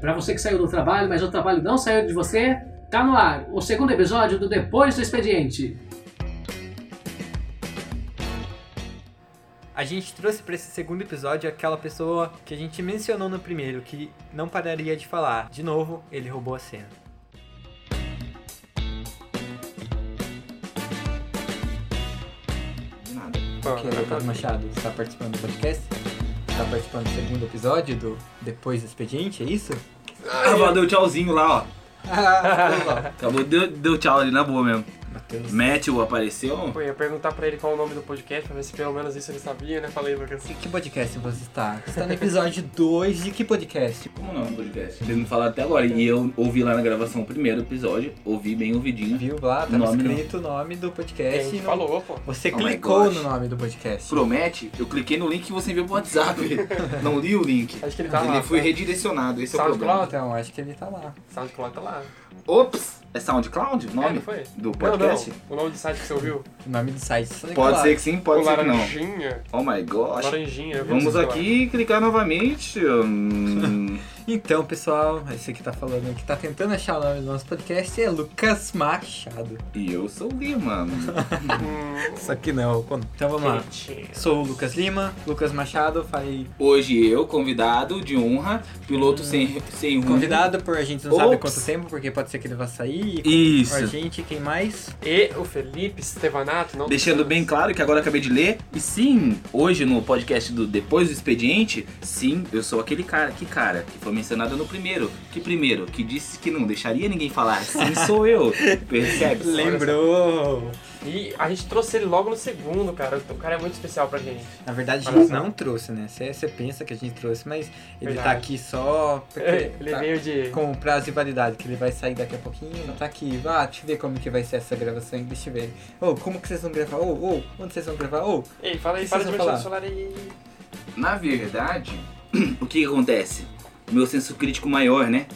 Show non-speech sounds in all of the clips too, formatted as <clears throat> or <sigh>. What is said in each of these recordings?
Para você que saiu do trabalho, mas o trabalho não saiu de você, tá no ar o segundo episódio do Depois do Expediente. A gente trouxe para esse segundo episódio aquela pessoa que a gente mencionou no primeiro, que não pararia de falar. De novo, ele roubou a cena. De nada. Porque é o Ricardo Machado está participando do podcast, está participando do segundo episódio do Depois do Expediente, é <laughs> isso? Ah, vó, deu tchauzinho lá, ó. Ah, Acabou, deu, deu tchau ali na boa mesmo. Matheus. Matthew apareceu. Eu ia perguntar pra ele qual o nome do podcast, pra ver se pelo menos isso ele sabia, né? Falei, Lucas. Que, que podcast você está? Você está no episódio 2 de que podcast? Como não, podcast? Eles não falaram até agora. E eu ouvi lá na gravação o primeiro episódio, ouvi bem um ouvidinho. Viu lá, tava Nome não. escrito o nome do É, a podcast. gente e não- falou, pô. Você Oh my clicou gosh. no nome do podcast. Promete, eu cliquei no link que você enviou pro WhatsApp. <laughs> não li o link. Acho que ele tá lá. Ele foi tá? redirecionado, esse é o SoundCloud? problema. Então, acho que ele tá lá. SoundCloud tá lá. Ops! É SoundCloud o É, nome não foi? do Não, podcast? não. O nome do site que você ouviu? O nome do site. só clica Pode lá. ser que sim, pode o ser que não. Laranjinha. Oh my gosh. Laranjinha. eu vi Vamos isso lá. aqui clicar novamente. <laughs> Hum, Então, pessoal, esse que tá falando, que tá tentando achar o nome do nosso podcast é Lucas Machado. e eu sou <laughs> o Lima. Hum, Só que não. quando- Então vamos lá. quentinha. Sou o Lucas Lima, Lucas Machado, falei Hoje eu, convidado de honra, piloto sem, sem rumo. convidado por a gente não sabe Ops. quanto tempo, porque pode ser que ele vá sair. E com a Isso. gente, quem mais? E o Felipe Stevanato, não Deixando bem claro que agora eu acabei de ler. E sim, hoje no podcast do Depois do Expediente, sim, eu sou aquele cara, que cara, que foi mencionado no primeiro. Que primeiro, que disse que não deixaria ninguém falar. Sim, sou eu. Percebe? Lembrou! E a gente trouxe ele logo no segundo, cara. O cara é muito especial pra gente. Na verdade, a Olha gente só. não trouxe, né? Você você pensa que a gente trouxe, mas ele Verdade. É, tá aqui só porque <laughs> Ele tá veio de. com prazo de validade, que ele vai sair daqui a pouquinho, ele tá aqui. Ah, deixa eu ver como que vai ser essa gravação, deixa eu ver. Ô, como que vocês vão gravar? Ô, ô, onde vocês vão gravar? Ô, Ei, fala O aí, que para vocês de vão mexer no falar? celular aí. Na verdade, <clears throat> o que que acontece? Meu senso crítico maior, né?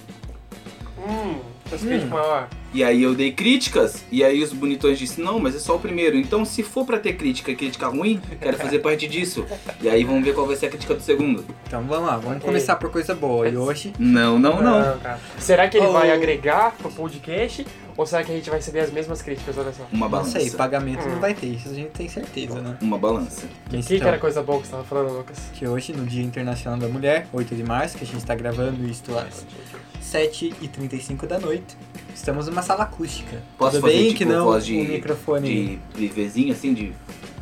Hum, suspeito Hum. maior. E aí eu dei críticas, e aí os bonitões disseram, não, mas é só o primeiro. Então se for pra ter crítica e crítica ruim, quero fazer parte disso. E aí vamos ver qual vai ser a crítica do segundo. então vamos lá, vamos Ok. começar por coisa boa. E hoje Não, não, não. cara. Ah, tá. Será que ele Oh. vai agregar pro podcast? Ou será que a gente vai receber as mesmas críticas? Olha só. Uma Não balança. sei, pagamento não Hum. vai ter, isso a gente tem certeza, né? Uma balança. O que, que Então, era coisa boa que você tava falando, Lucas? que hoje, no Dia Internacional da Mulher, 8 de março, que a gente tá gravando isso às 7h35 da noite, estamos numa sala acústica. Posso Tudo fazer, bem tipo, que não voz de- um microfone. De privezinho, assim, de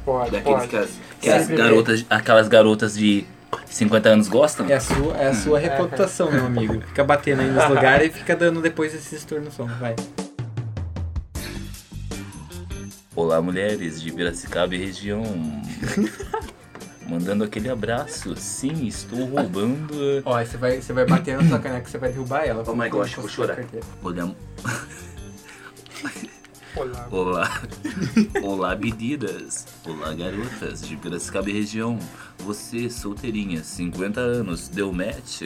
Pode, daqueles pode. que as, que as Sempre garotas, aquelas garotas de 50 anos gostam. É a sua, Hum. é a sua reputação, meu amigo. Fica batendo aí nos lugares e fica dando depois esse estouro no som, vai. Olá, mulheres de Piracicaba e região. Mandando aquele abraço. Sim, estou roubando. Ó, você vai, você vai bater na sua caneca, você vai derrubar ela. Oh my gosh, vou chorar. Carteira. Olha, Olá. <laughs> olá. Olá, meninas. Olá, garotas de Piracicaba e região. Você, solteirinha, 50 anos, deu match?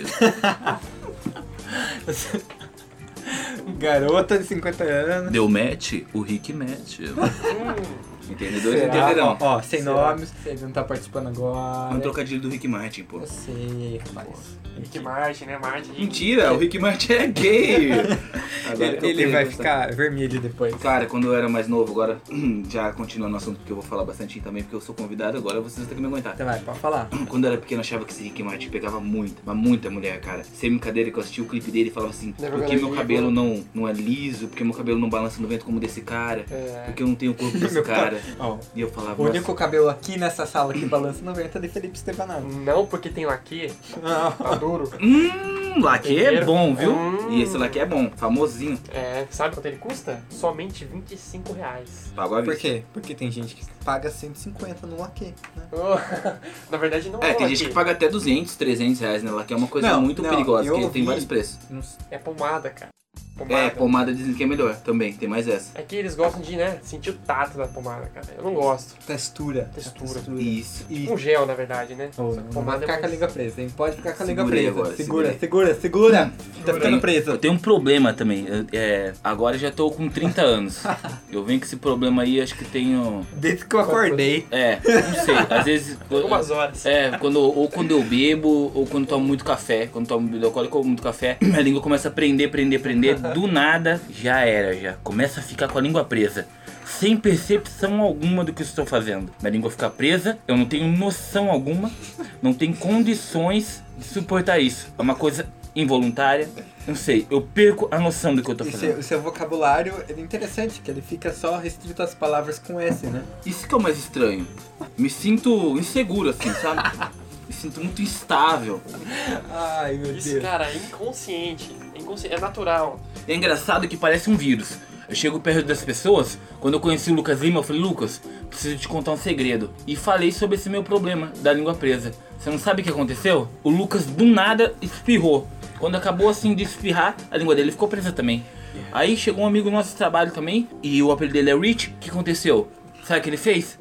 Garota de 50 anos. Deu match? O Rick match. Hum, Entendedores Será? entenderão. Ó, é. ó, sem Será? nomes, ele não tá participando agora. Um trocadilho do Rick Martin, pô. Eu sei, rapaz. Rick Martin, né? Martin. Mentira, o Rick Martin é gay. <laughs> Agora que Tá. Ele, eu ele vai percebi. ficar vermelho depois. Cara, quando eu era mais novo, agora <clears throat> já continuando o assunto que eu vou falar bastante também, porque eu sou convidado agora, vocês vão ter que me aguentar. Então vai, pode falar. Quando eu era pequeno, eu achava que esse Rick Martin tipo, pegava muito, mas muita mulher, cara. Sem brincadeira, que eu assistia o clipe dele e falava assim: Never porque gonna meu give cabelo up." não, não é liso, porque meu cabelo não balança no vento como desse cara, É. porque eu não tenho o <laughs> corpo desse Meu cara. Ó, E eu falava: o único cabelo aqui nessa sala que balança 90 é de Felipe Estevanato. Não porque tem laque, tá <laughs> duro. Hum, laque é Primeiro. bom, viu? Hum. E esse laque é bom, famosinho. É, sabe quanto ele custa? Somente 25 reais. Pago a Por vista. quê? Porque tem gente que paga 150 no laque, né? Oh, <laughs> Na verdade, não é, É, tem laque. gente que paga até 200, 300 reais, né? Laque é uma coisa Não, muito não, perigosa, eu que tem vi- vários preços. Não sei. É pomada, cara. Pomada. É, pomada dizem que é melhor também, tem mais essa. É que eles gostam de, né, sentir o tato da pomada, cara. Eu não gosto. Textura. Textura. Isso. E... Um gel, na verdade, né? Oh, Só que não vai pomada é ficar mais- com a língua presa, hein? Pode ficar com a língua Segura aí presa. agora, segura, segura, segura, Tá ficando Eu preso. tenho um problema também. eu- é, agora eu já tô com 30 anos. Eu venho com esse problema aí, acho que tenho. Desde que eu acordei. É, não sei. Às vezes. Algumas horas. É, quando, ou quando eu bebo, ou quando tomo muito café. Quando tomo bebida alcoólica ou muito café, a língua começa a prender, prender, prender. Do nada, já era, já. Começa a ficar com a língua presa. Sem percepção alguma do que eu estou fazendo. Minha língua fica presa, eu não tenho noção alguma, não tenho condições de suportar isso. É uma coisa involuntária, não sei. Eu perco a noção do que eu estou E seu, fazendo. o seu vocabulário é interessante, que ele fica só restrito às palavras com S, né? Isso que é o mais estranho. Me sinto inseguro, assim, <laughs> sabe? Me sinto muito instável. Ai, meu Isso, Deus. cara, é inconsciente. É, inconsci- é natural. É engraçado que parece um vírus. Eu chego perto das pessoas, quando eu conheci o Lucas Lima, eu falei, Lucas, preciso te contar um segredo. E falei sobre esse meu problema da língua presa. Você não sabe o que aconteceu? O Lucas do nada espirrou. Quando acabou assim de espirrar, a língua dele ficou presa também. Aí chegou um amigo nosso de trabalho também, e o apelido dele é Rich. O que aconteceu? Sabe o que ele fez?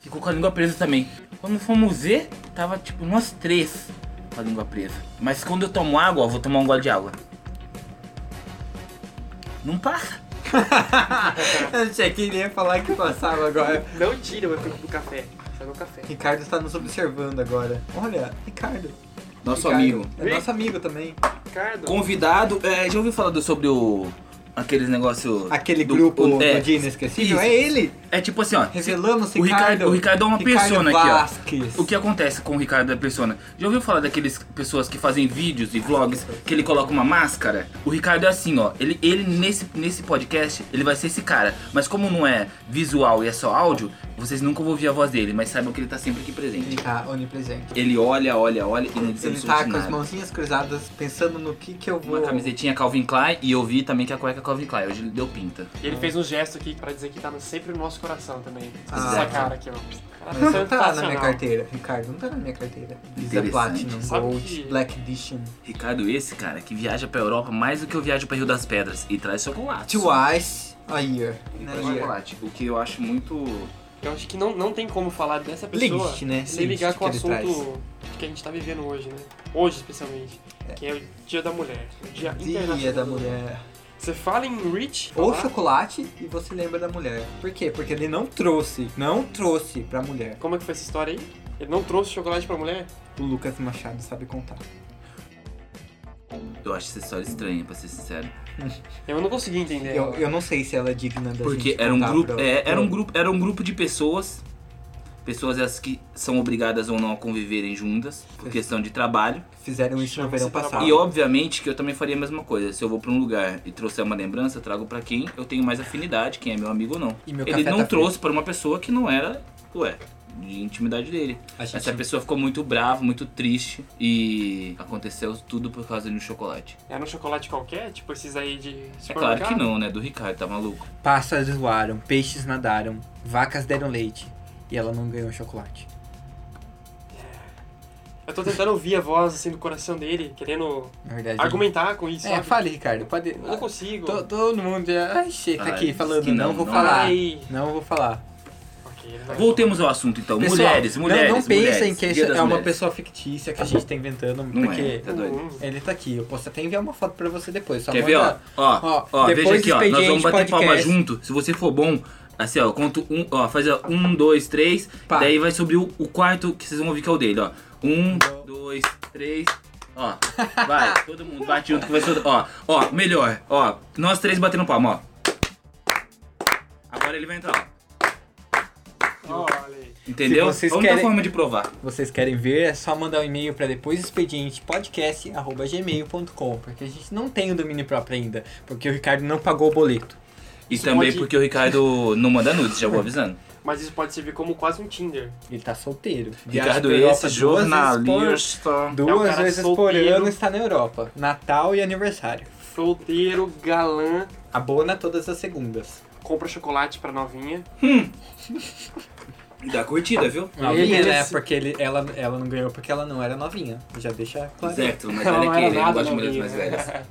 Ficou com a língua presa também. Quando fomos ver, tava tipo nós três com a língua presa. Mas quando eu tomo água, ó, vou tomar um gole de água. Não passa. Eu achei que ele ia falar que passava agora. Não tira o efeito do café. Só no café. Ricardo está nos observando agora. Olha, Ricardo. Nosso Ricardo. amigo. É nosso amigo também. Ricardo. Convidado, é, já ouviu falar do- sobre o. aqueles negócio. Aquele do- grupo o- do é, Dia Inesquecível. Isso. É ele! é tipo assim, ó. Revelamos Ricardo. o Ricardo, o Ricardo é uma Ricardo persona aqui, Vasquez. ó. O que acontece com o Ricardo da persona? Já ouviu falar daqueles pessoas que fazem vídeos e vlogs que ele coloca uma máscara? O Ricardo é assim, ó. Ele, ele nesse, nesse podcast, ele vai ser esse cara. Mas como não é visual e é só áudio, vocês nunca vão ouvir a voz dele, mas saibam que ele tá sempre aqui presente. Ele tá onipresente. Ele olha, olha, olha e não diz Ele tá com as nada. mãozinhas cruzadas, pensando no que que eu vou... Uma camisetinha Calvin Klein e eu vi também que a cueca é Calvin Klein. Hoje ele deu pinta. E ele fez um gesto aqui pra dizer que tá no- sempre no nosso coração também. Ah. Essa cara <laughs> aqui, ó. Cara, Mas não tá na é sensacional. minha carteira, Ricardo. Não tá na minha carteira. Visa Interessante. Platinum, Sabe Gold, que- Black Edition, Ricardo, esse cara que viaja pra Europa mais do que eu viajo pra Rio das Pedras e traz chocolate. Twice, a year. E Na faz year. chocolate, O que eu acho muito. Eu acho que não, não tem como falar dessa pessoa Lynch, né? sem Lynch ligar com o que ele assunto que a gente tá vivendo hoje, né? Hoje, especialmente. Que é o Dia da Mulher. O Dia, Dia é Internacional da mulher. Você fala em Rich, Ou falar, chocolate e você lembra da mulher. Por quê? Porque ele não trouxe, não trouxe pra mulher. como é que foi essa história aí? Ele não trouxe chocolate pra mulher? O Lucas Machado sabe contar. Eu acho essa história estranha, pra ser sincero. Eu não consegui entender. Eu, eu não sei se ela é digna da Porque gente era um contar grupo. pra- é, era um pra- grupo. Era um grupo de pessoas. Pessoas essas que são obrigadas ou não a conviverem juntas, por questão de trabalho. Fizeram isso no Chama verão esse trabalho. passado. E obviamente que eu também faria a mesma coisa. Se eu vou pra um lugar e trouxer uma lembrança, eu trago pra quem eu tenho mais afinidade, quem é meu amigo ou não. E meu Ele café não tá frio. trouxe pra uma pessoa que não era, ué, de intimidade dele. A gente- Essa pessoa ficou muito brava, muito triste e aconteceu tudo por causa de um chocolate. Era um chocolate qualquer? Tipo esses aí de É claro que supermercado? não, né? Do Ricardo, tá maluco. Pássaros voaram, peixes nadaram, vacas deram leite. E ela não ganhou chocolate. Eu tô tentando ouvir a voz assim do coração dele, querendo Na verdade. argumentar com isso. É, sabe? fale, Ricardo. Pode. Eu não consigo. To- Todo mundo já. Ai, chega Ai, aqui diz falando, que não, não, vou não. falar. Ai. Não vou falar. Ok, ele vai- Voltemos ao assunto então. Pessoal, mulheres, não- mulheres. Não, pensem mulheres. que Dia isso é das uma mulheres. pessoa fictícia que a gente tá inventando, Não é, porque tá doido. Hum. ele tá aqui. Eu posso até enviar uma foto pra você depois. Só Quer ver, ó? manda- Ó, Tá né? Ó, ó, veja depois aqui, ó. Nós expediente vamos bater podcast. palma junto. Se você for bom, assim, ó, eu conto um, ó, faz ó, um, dois, três. Pá. Daí vai subir o, o quarto que vocês vão ouvir que é o dele, ó. Um, dois, três. Ó, vai, <laughs> todo mundo bate junto que vai soltar. Ó, ó, melhor, ó. Nós três batendo palma, ó. Agora ele vai entrar, ó. Olha aí. Entendeu? Se vocês a única querem- forma de provar. Vocês querem ver? É só mandar um e-mail pra depois expedientepodcast.gmail.com. Porque a gente não tem o domínio próprio ainda. Porque o Ricardo não pagou o boleto. E Isso também pode- porque o Ricardo não manda nudes, já vou avisando. Mas isso pode servir como quase um Tinder. Ele tá solteiro. Viaja Ricardo, pra Europa esse duas vezes jornalista. por- É um Duas cara vezes por solteiro. ano está na Europa. Natal e aniversário. Solteiro, galã, Abona todas as segundas. compra chocolate pra novinha. Dá curtida, viu? Novinha, né? esse- Porque ele, ela, ela não ganhou porque ela não era novinha. Já deixa claro. Certo, mas Ela olha não aqui, era ele não nada gosta de mulheres mais novinha. velhas.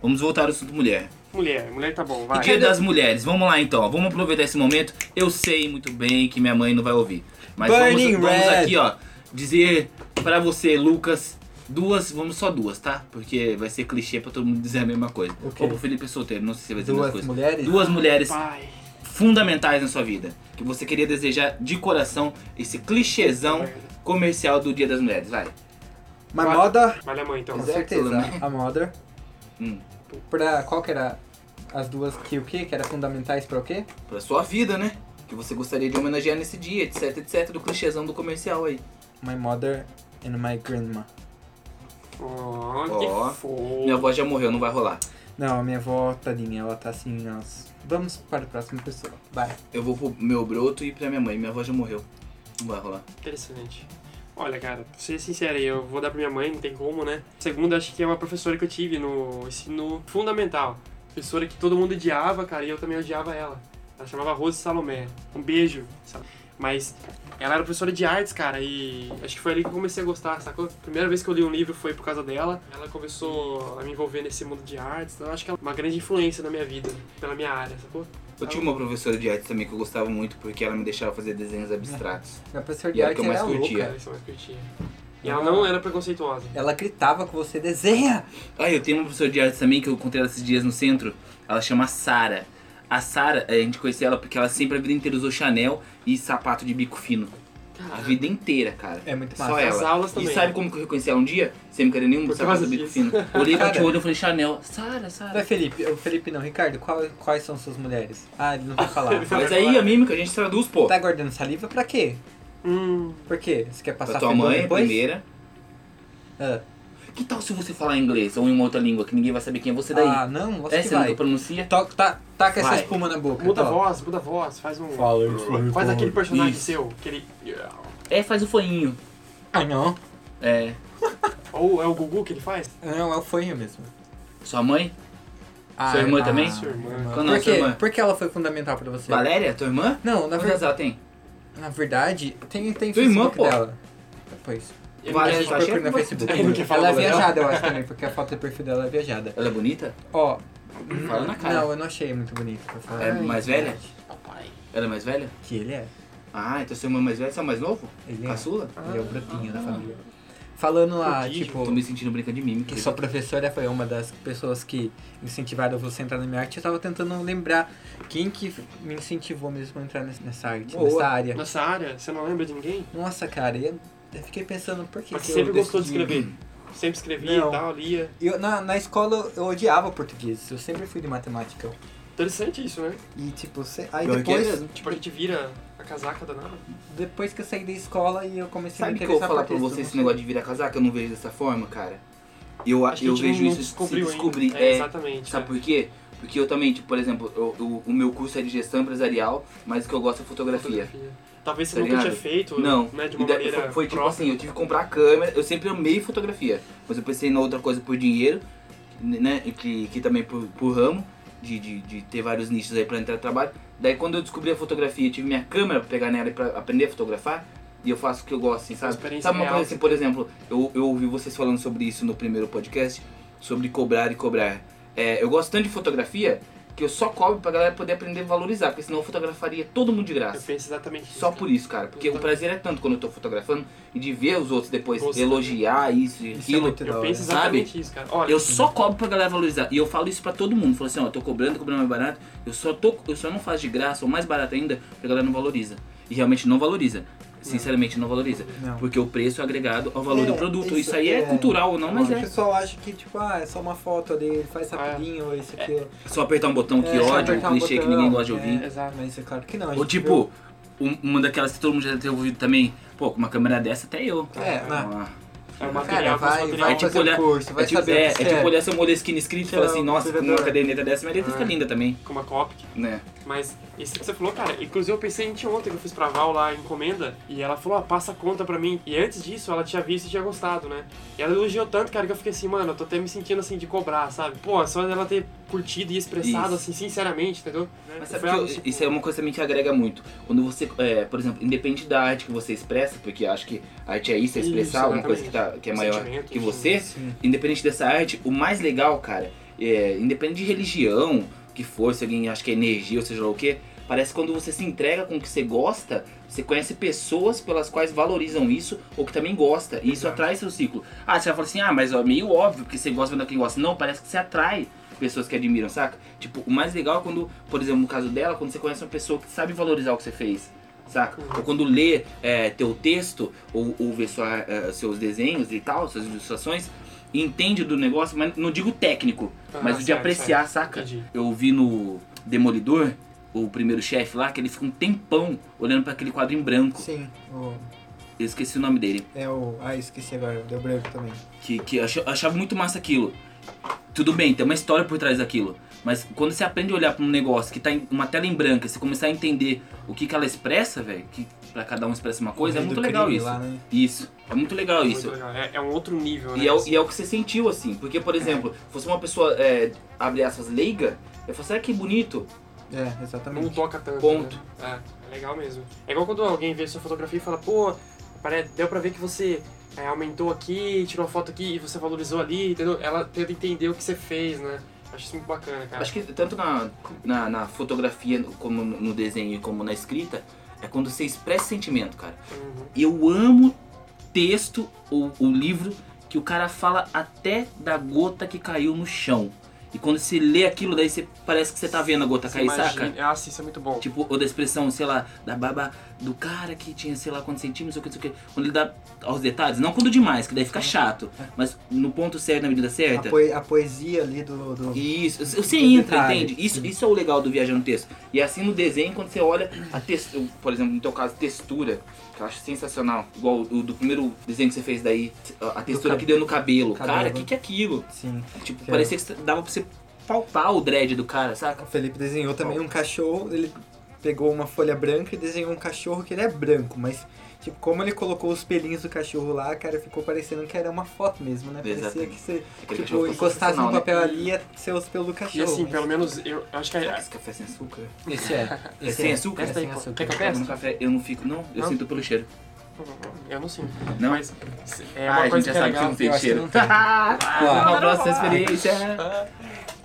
Vamos voltar ao assunto mulher. Mulher, mulher tá bom, E vai. Dia das Mulheres, vamos lá então, ó, vamos aproveitar esse momento. Eu sei muito bem que minha mãe não vai ouvir. Mas vamos, Burning vamos Red. aqui, ó, dizer pra você, Lucas, duas, vamos só duas, tá? Porque vai ser clichê pra todo mundo dizer a mesma coisa. Ok. Ou pro Felipe é Solteiro, não sei se vai dizer a mesma Duas coisa. mulheres? Duas mulheres Pai, fundamentais na sua vida, que você queria desejar de coração esse clichêzão comercial do Dia das Mulheres, vai. Uma Quatro. moda, vale a mãe então. com Zero. certeza, né? a moda. Hum, Pra qual que era as duas que o quê? Que era fundamentais pra o quê? pra sua vida, né? Que você gostaria de homenagear nesse dia, etc, etc, do clichêzão do comercial aí. My mother and my grandma. Oh, Ó. que fofo. Minha avó já morreu, não vai rolar. Não, a minha avó, tadinha, ela tá assim, nós... Vamos para a próxima pessoa. Vai. Eu vou pro meu broto e pra minha mãe. Minha avó já morreu. Não vai rolar. Interessante. Olha, cara, pra ser sincero aí, eu vou dar pra minha mãe, não tem como, né? Segunda, acho que é uma professora que eu tive no ensino fundamental. Professora que todo mundo odiava, cara, e eu também odiava ela. Ela chamava Rose Salomé. Um beijo, sabe? Mas ela era professora de artes, cara, e acho que foi ali que eu comecei a gostar, sacou? Primeira vez que eu li um livro foi por causa dela. Ela começou a me envolver nesse mundo de artes, então eu acho que ela é uma grande influência na minha vida, pela minha área, sacou? Eu tinha uma professora de artes também que eu gostava muito porque ela me deixava fazer desenhos abstratos. A professora E de era o arte que eu mais era curtia. louca. Ela é mais curtia. E ela não era preconceituosa. Ela gritava com você, desenha! Ah, eu tenho uma professora de artes também que eu encontrei ela esses dias no centro. Ela chama Sara. A Sara, eh, a gente conhecia ela porque ela sempre a vida inteira usou Chanel e sapato de bico fino. A Cara, vida inteira, cara. É muito Só massa. ela. as aulas também. E sabe como que eu reconheci ela um dia? Sem querer nenhum Por sapato causa de bico disso. fino. Olhei <laughs> pra Cara. te olho e falei, Chanel. Sara, Sara. Vai, Felipe. O Felipe não. Ricardo, qual- quais são suas mulheres? Ah, ele não vai <laughs> falar. Mas aí a mímica a gente traduz, pô. Tá guardando saliva pra quê? Hum, Por quê? Você quer Pra passar tua fedor mãe, depois? primeira. Ah, Que tal se você falar inglês ou em uma outra língua que ninguém vai saber quem é você daí? ah, não, você que Essa vai. nunca pronuncia? Toca, tá, taca Vai. essa espuma na boca. Então, Muda a tó. voz, muda a voz, faz um. Então. Fala, eu sou Faz aquele personagem Isso. seu, aquele. É, faz o foinho. Ah, não. É. Ou é o Gugu que ele faz? Não, é o foinho mesmo. Sua mãe? Ah, Sua irmã ah, também? Sua irmã. irmã. Qual o nome Por, da sua quê? irmã? Por que ela foi fundamental pra você? Valéria, tua Tá irmã? Não, na, ver- Quantas ela tem? na verdade, tem, tem Tua irmã, Facebook pô. dela. Depois. Ele Valéria faz- tá Procure achando no que Facebook. <laughs> você- Ele quer Ela falar é dela? viajada, eu acho também, porque a foto de perfil dela é viajada. Ela é bonita? Ó, Fala na cara. não, eu não achei muito bonito pra falar. É a mais verdade. velha? Ela é mais velha? Que ele é. Ah, então sua irmã é mais velha, você é o mais novo? Ele é. Caçula? Ele é o brotinho da família. Falando lá, Prodígio. tipo, Ah. Tô me sentindo brincando de mímica. que sua professora foi uma das pessoas que incentivaram você a entrar na minha arte, eu tava tentando lembrar quem que me incentivou mesmo a entrar nessa- nessa arte, Boa. nessa área. Nessa área, você não lembra de ninguém? Nossa, cara, eu eu fiquei pensando por que, Mas que você eu sempre gostou de decidi- escrever. Sempre escrevia Não. e tal, lia. Eu, na, na escola eu odiava português, eu sempre fui de matemática. Interessante isso, né? E tipo, você, aí Pior que é depois, mesmo. Tipo, a gente vira a casaca danada. depois que eu saí da escola e eu comecei a me Sabe que eu vou interessar falar por pra texto, você eu esse não negócio de virar casaca? Eu não vejo dessa forma, cara. Eu, né? Acho que eu a gente vejo não isso se descobriu ainda. descobrir. É, é, exatamente. Sabe é. por quê? Porque eu também, tipo, por exemplo, eu- eu- o meu curso é de gestão empresarial, mas o que eu gosto é fotografia. Talvez você Tá nunca ligado? tinha feito, Não, né? De uma e daí maneira. foi, foi tipo próxima. assim, eu tive que comprar a câmera, eu sempre amei fotografia, mas eu pensei em outra coisa por dinheiro, né, e que, que também por, por ramo, de, de, de ter vários nichos aí pra entrar no trabalho. Daí quando eu descobri a fotografia, eu tive minha câmera pra pegar nela e pra aprender a fotografar, e eu faço o que eu gosto, assim, Foi uma sabe? experiência Sabe uma real. né? coisa assim, por exemplo, eu, eu ouvi vocês falando sobre isso no primeiro podcast, sobre cobrar e cobrar. É, eu gosto tanto de fotografia que eu só cobro pra galera poder aprender a valorizar, porque senão eu fotografaria todo mundo de graça. Eu penso exatamente isso. Só por isso, cara. Porque o prazer é tanto quando eu tô fotografando e de ver os outros depois Gostando. elogiar isso sei. e Isso é aquilo. muito da Eu hora. penso exatamente isso, cara. Olha, é Eu só cobro pra galera valorizar. E eu falo isso pra todo mundo. Falo assim, ó, eu tô cobrando, tô cobrando mais barato. Eu só, tô, eu só não faço de graça, ou mais barato ainda, porque a galera não valoriza. E realmente não valoriza. Sinceramente, não valoriza. Não. Porque o preço é agregado ao valor É, do produto. Isso, isso aí é, é. cultural ou não, mas O é. pessoal acha que, tipo, ah, é só uma foto ali, ele faz Ah, é. rapidinho, isso aqui. Só apertar um botão, que É, só ódio, um apertar um clichê que botão, ninguém gosta de é. ouvir. Exato. Mas é claro que não. a Ou gente tipo, um- uma daquela que todo mundo já deve ter ouvido também. Pô, com uma câmera dessa até eu. É, né? Vamos lá. É o viu- cara, material, vai, material. vai um É tipo fazer olhar- o curso, vai é tipo, saber é, o que é você tipo olhar seu moleskine escrito e falar assim, Não, nossa, com uma cuidador. caderneta É. dessa, minha letra Ah. fica linda também, Com uma copy. né? Mas isso que você falou, cara, inclusive eu pensei em ti ontem que eu fiz pra Val lá a encomenda, e ela falou, ah, passa a conta pra mim. E antes disso, ela tinha visto e tinha gostado, né? E ela elogiou tanto, cara, que eu fiquei assim, mano, eu tô até me sentindo assim de cobrar, sabe? Pô, só ela ter curtido e expressado, Isso. assim, sinceramente, entendeu? Mas Foi sabe que algo, eu- tipo, isso é uma coisa também que agrega muito. Quando você, é, por exemplo, independe da arte que você expressa, porque eu acho que a arte é isso, é Isso, expressar alguma coisa que, tá, exatamente. que é maior Sentimento, que enfim. você, independente dessa arte, o mais legal, cara, é, independente de religião, o que for, se alguém acha que é energia ou seja lá o que, parece que quando você se entrega com o que você gosta, você conhece pessoas pelas quais valorizam isso ou que também gosta. E isso Exato. atrai seu ciclo. Ah, você vai falar assim, ah, mas é meio óbvio que você gosta vendo quem gosta. Não, parece que você atrai pessoas que admiram, saca? Tipo, o mais legal é quando, por exemplo, no caso dela, quando você conhece uma pessoa que sabe valorizar o que você fez. Saca? Uhum. Ou quando lê é, teu texto, ou, ou vê sua, é, seus desenhos e tal, suas ilustrações, e entende do negócio, mas não digo técnico, Ah, mas o de certo, apreciar, saca? Entendi. Eu vi no Demolidor, o primeiro chefe lá, que ele fica um tempão olhando pra aquele quadro em branco. Sim, o- Eu esqueci o nome dele. é o. Ah, esqueci agora, deu branco também. Que, que eu ach- eu achava muito massa aquilo. Tudo bem, tem uma história por trás daquilo. Mas quando você aprende a olhar pra um negócio que tá em uma tela em branca, você começar a entender o que, que ela expressa, velho, que pra cada um expressa uma coisa, O é rei do muito legal crime isso. Lá, né? Isso, é muito legal Muito isso. legal. É, é um outro nível, né? E é, o, assim. e é o que você sentiu, assim. Porque, por exemplo, fosse uma pessoa, é, abre aspas, leiga, eu falo, será que bonito? É, Não exatamente. toca tanto. Ponto. né? É, é legal mesmo. É igual quando alguém vê sua fotografia e fala, pô, pare- deu pra ver que você é, aumentou aqui, tirou a foto aqui e você valorizou ali, entendeu? Ela tenta entender o que você fez, né? Acho isso muito bacana, cara. Acho que tanto na, na, na fotografia, como no desenho, como na escrita, é quando você expressa sentimento, cara. Uhum. Eu amo texto ou o livro que o cara fala até da gota que caiu no chão. E quando você lê aquilo, daí você parece que você tá vendo a gota Você cair, imagina- saca? Ah, sim, isso é muito bom. Tipo, ou da expressão, sei lá, da baba do cara que tinha, sei lá, quantos centímetros, não sei o que, não sei o que. Quando ele dá aos detalhes, não quando demais, que daí fica chato. Mas no ponto certo, na medida certa. A, poe- a poesia ali do. do... Isso, você Tem entra, detalhe. entende? Isso, isso é o legal do viajar no texto. E assim no desenho, quando você olha a textura, por exemplo, no teu caso, textura, que eu acho sensacional. Igual o do primeiro desenho que você fez daí, a textura cab- que deu no cabelo. cabelo. Cara, o que, que é aquilo? Sim. Tipo, Que é. parecia que dava pra você palpar o dread do cara, saca? O Felipe desenhou também um cachorro, ele pegou uma folha branca e desenhou um cachorro que ele é branco, mas tipo, como ele colocou os pelinhos do cachorro lá, cara, ficou parecendo que era uma foto mesmo, né? Parecia Exatamente. que você Aquele tipo, cachorro ficou encostasse sensacional, no né? papel ali ia ser os pelos do E cachorro. né? assim, mas- pelo menos, eu acho que Será a, que esse café é sem açúcar? <laughs> Esse é. É sem açúcar? Testa aí, sem pô. açúcar. Quer que eu Eu tomo teste? café, eu não fico. Não, eu Não? sinto pelo cheiro. Eu não sinto. Não? Mas se- é ah, uma a gente coisa já que é sabe que legal. não tem eu acho que cheiro. não <laughs> tem. Ah, um uma próxima experiência.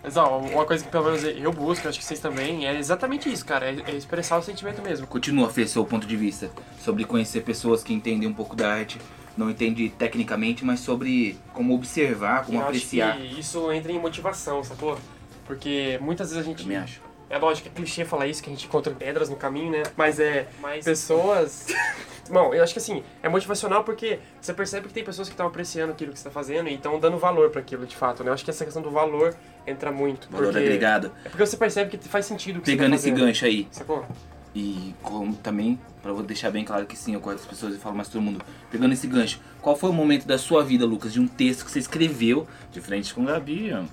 Mas ó, uma coisa que pelo menos eu busco, acho que vocês também, é exatamente isso, cara. É, é expressar o sentimento mesmo. Continua, Fê, seu ponto de vista sobre conhecer pessoas que entendem um pouco da arte, não entende tecnicamente, mas sobre como observar, como eu apreciar. acho que isso entra em motivação, sacou? Porque muitas vezes a gente. Também acho. É lógico, é clichê falar isso, que a gente encontra pedras no caminho, né? Mas é. Pessoas. <laughs> Bom, eu acho que assim, é motivacional porque você percebe que tem pessoas que estão apreciando aquilo que você tá fazendo e estão dando valor para aquilo de fato, né? Eu acho que essa questão do valor entra muito. Valor porque... agregado. É porque você percebe que faz sentido o que Pegando você esse tá fazendo, gancho aí. Sacou? E como também, pra eu deixar bem claro que sim, eu conheço as pessoas e falo mais todo mundo. Pegando esse gancho, qual foi o momento da sua vida, Lucas, de um texto que você escreveu, de frente com o Gabi, ó.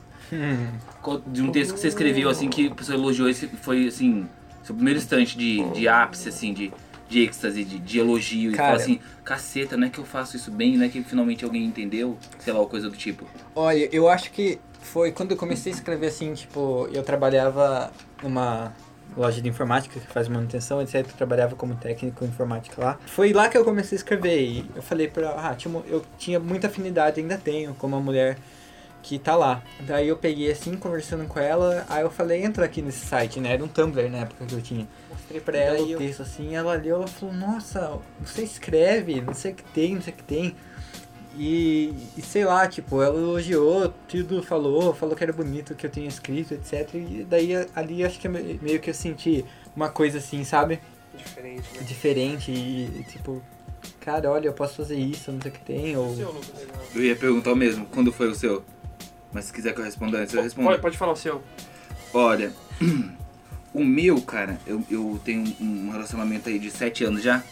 Qual- de um texto que você escreveu, assim, que a pessoa elogiou, esse foi, assim, seu primeiro instante de, de ápice, assim, de, de êxtase, de, de elogio. E Cara. fala assim, caceta, não é que eu faço isso bem, não é que finalmente alguém entendeu, sei lá, ou coisa do tipo. Olha, eu acho que foi quando eu comecei a escrever assim, tipo, eu trabalhava numa loja de informática que faz manutenção, etc. Eu trabalhava como técnico em informática lá. Foi lá que eu comecei a escrever e eu falei pra. Ah, tinha uma- eu tinha muita afinidade, ainda tenho, com uma mulher que tá lá. Daí eu peguei assim, conversando com ela, aí eu falei, entra aqui nesse site, né? Era um Tumblr na época que eu tinha. Mostrei pra ela o texto assim, ela leu, ela falou, nossa, você escreve, não sei o que tem, não sei o que tem. E, e sei lá, tipo, ela elogiou, tudo falou, falou que era bonito o que eu tinha escrito, etc. E daí ali acho que eu me- meio que eu senti uma coisa assim, sabe? Diferente, né? Diferente e, e, tipo, cara, olha, eu posso fazer isso, não sei o que tem, ou. Seu, Lucas, legal. Eu ia perguntar o mesmo, quando foi o seu? Mas se quiser que eu responda antes, eu respondo. Pode, pode falar o seu. Olha, <clears throat> o meu, cara, eu, eu tenho um relacionamento aí de sete anos já.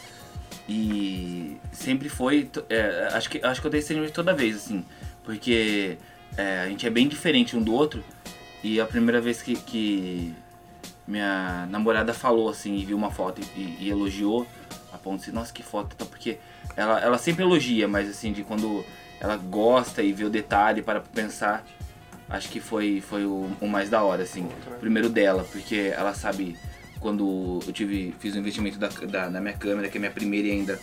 E sempre foi. to- é, acho, que, acho que eu dei sempre toda vez, assim. Porque é, a gente é bem diferente um do outro. E a primeira vez que, que minha namorada falou assim e viu uma foto e, e elogiou, a ponto de nossa, que foto, e tal", porque ela, ela sempre elogia, mas assim, de quando ela gosta e vê o detalhe para pra pensar, acho que foi, foi o, o mais da hora, assim. O primeiro dela, porque ela sabe quando eu tive. fiz o investimento da, da, na minha câmera, que é minha primeira e ainda.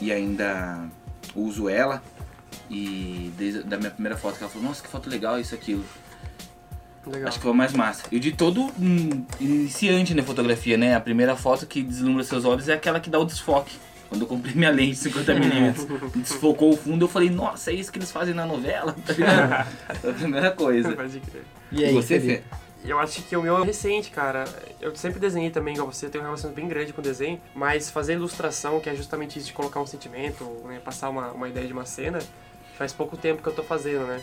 E ainda uso ela. E desde a- da minha primeira foto que ela falou, nossa, que foto legal isso aquilo. Legal. Acho que foi o mais massa. E de todo hum, iniciante na fotografia, né? A primeira foto que deslumbra seus olhos é aquela que dá o desfoque. Quando eu comprei minha lente de <laughs> 50 milímetros, desfocou o fundo, eu falei, nossa, é isso que eles fazem na novela, <laughs> tá ligado? Foi a primeira coisa. <laughs> Pode crer. E é aí, você, Felipe? Fê? Eu acho que o meu é recente, cara. Eu sempre desenhei também, igual você, tenho uma relação bem grande com o desenho, mas fazer ilustração, que é justamente isso de colocar um sentimento, né, passar uma, uma ideia de uma cena, faz pouco tempo que eu tô fazendo, né?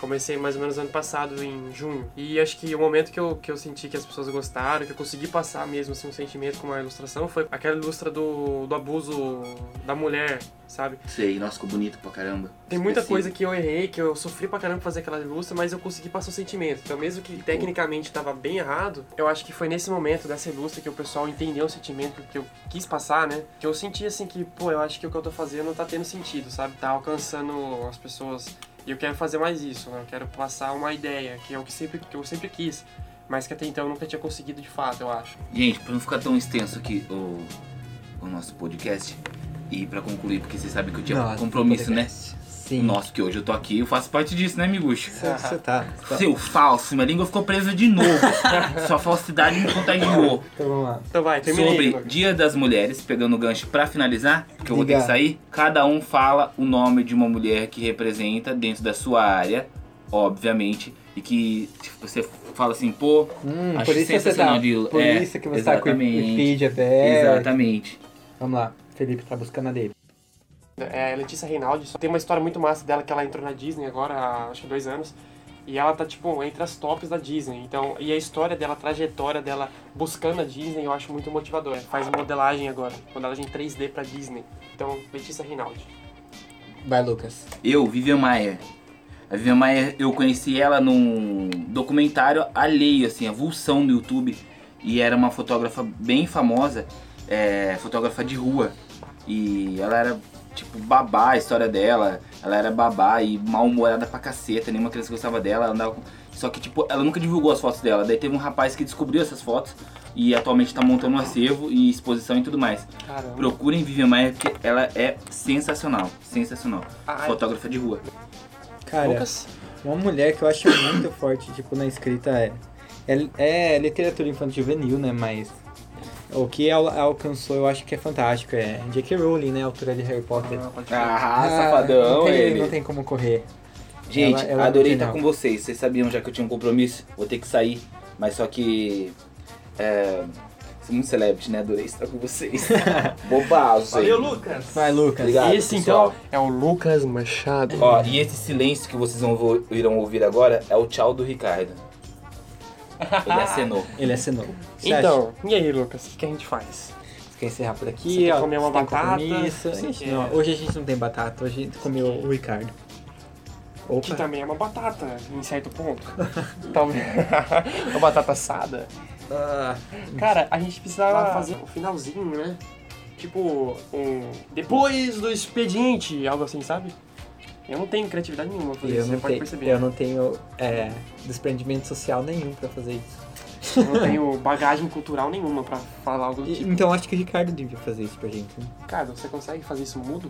Comecei mais ou menos ano passado, em junho. E acho que o momento que eu, que eu senti que as pessoas gostaram, que eu consegui passar mesmo assim, um sentimento com uma ilustração, foi aquela ilustra do, do abuso da mulher, sabe? Sei, nossa, ficou bonito pra caramba. Tem muita Específico. coisa que eu errei, que eu sofri pra caramba pra fazer aquela ilustra, mas eu consegui passar o sentimento. Então, mesmo que tecnicamente tava bem errado, eu acho que foi nesse momento dessa ilustra que o pessoal entendeu o sentimento que eu quis passar, né? Que eu senti assim que, pô, eu acho que o que eu tô fazendo tá tendo sentido, sabe? Tá alcançando as pessoas. E eu quero fazer mais isso, né? Eu quero passar uma ideia, que é o que, sempre, que eu sempre quis, mas que até então eu nunca tinha conseguido de fato, eu acho. Gente, pra não ficar tão extenso aqui o, o nosso podcast, e pra concluir, porque vocês sabem que eu tinha Nossa, compromisso, né? podcast. Sim. Nossa, que hoje eu tô aqui, eu faço parte disso, né, miguxo? Você, você tá. você tá- Então, Seu falso, minha língua ficou presa <laughs> de novo. Sua falsidade me contagiou. Então vamos lá. Então vai, terminei. Sobre Igor. Dia das Mulheres, pegando o gancho pra finalizar, porque eu vou ter que Diga. sair. Cada um fala o nome de uma mulher que representa dentro da sua área, obviamente, e que tipo, você fala assim, pô, Hum, Acho por isso que você tá. sensacional, Por é, isso que você tá com o exatamente. feed é. aberto. exatamente. Vamos lá. Felipe tá buscando a dele. É Letícia Reinaldi. Tem uma história muito massa dela que ela entrou na Disney agora, há, acho que dois anos. E ela tá, tipo, entre as tops da Disney. Então, e a história dela, a trajetória dela buscando a Disney, eu acho muito motivadora. Faz modelagem agora, modelagem 3D pra Disney. Então, Letícia Reinaldi. Vai, Lucas. Eu, Vivian Maier. A Vivian Maier, eu conheci ela num documentário alheio, assim, a vulsão do YouTube. E era uma fotógrafa bem famosa, é, fotógrafa de rua. E ela era, tipo, babá, a história dela. Ela era babá e mal-humorada pra caceta, nenhuma criança gostava dela. Ela andava com- Só que, tipo, ela nunca divulgou as fotos dela. Daí teve um rapaz que descobriu essas fotos e atualmente tá montando um acervo e exposição e tudo mais. Caramba. Procurem Vivian Maier, porque ela é sensacional, sensacional. Ah, é? Fotógrafa de rua. Cara, Lucas? uma mulher que eu acho muito <coughs> forte, tipo, na escrita é. É, é literatura infantil juvenil, né? Mas. O que ela alcançou eu acho que é fantástico. É J.K. Rowling, né? Autora de Harry Potter. Ah, pode falar. Ah, não safadão tem, ele. Não tem como correr. Gente, Ela- é ela adorei não tem estar com não. vocês. Vocês sabiam já que eu tinha um compromisso, vou ter que sair. Mas só que. É, sou muito celebrity, né? Adorei estar com vocês. <laughs> Bobaço. Valeu, hein? Lucas! Vai, Lucas. Obrigado. Obrigado, Esse, pessoal. então, é o Lucas Machado. então, Ó, e esse silêncio que vocês vão vo- irão ouvir agora é o tchau do Ricardo. Ele acenou. Ele assinou. Você acha então, e aí, Lucas? O que que a gente faz? que quer encerrar por aqui? Você quer ó, comer uma você tem batata? compromisso? Você Ixi, quer- não, hoje a gente não tem batata, hoje a gente comeu o Ricardo. Que Opa. também é uma batata, em certo <laughs> ponto. Talvez. uma batata assada. tá Ah, Cara, a gente precisava fazer o finalzinho, né? Tipo, um. Depois do expediente, algo assim, sabe? Eu não tenho criatividade nenhuma pra fazer eu, isso, você não pode tenho, perceber. eu não tenho é, desprendimento social nenhum pra fazer isso. Eu <laughs> não tenho bagagem cultural nenhuma pra falar algo do E- tipo. então acho que o Ricardo devia fazer isso pra gente. né? Cara, você consegue fazer isso mudo?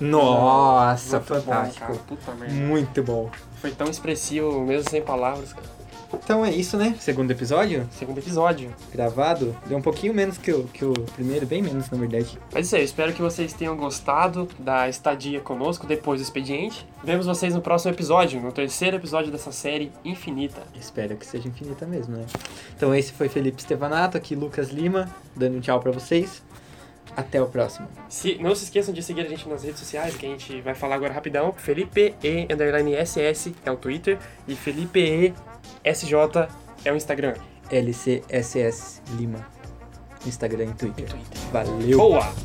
Nossa, Muito bom, é fantástico. cara. Puta merda. Muito bom. Foi tão expressivo, mesmo sem palavras, cara. Então é isso, né? Segundo episódio Segundo episódio. gravado. Deu um pouquinho menos que o, que o primeiro, bem menos na verdade. Mas isso aí, eu espero que vocês tenham gostado da estadia conosco depois do expediente. Vemos vocês no próximo episódio, no terceiro episódio dessa série infinita. Espero que seja infinita mesmo, né? Então esse foi Felipe Estevanato, aqui Lucas Lima, dando um tchau pra vocês. Até o próximo. Se- não se esqueçam de seguir a gente nas redes sociais, que a gente vai falar agora rapidão. Felipe E underline SS é o Twitter e Felipe E SJ é o Instagram. LCSS Lima. Instagram e Twitter. Twitter. Valeu! Boa! <laughs>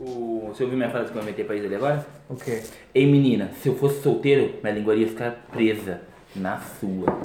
O, você ouviu minha frase que eu inventei pra ele agora? O quê? Ei menina, se eu fosse solteiro, minha língua ia ficar presa na sua.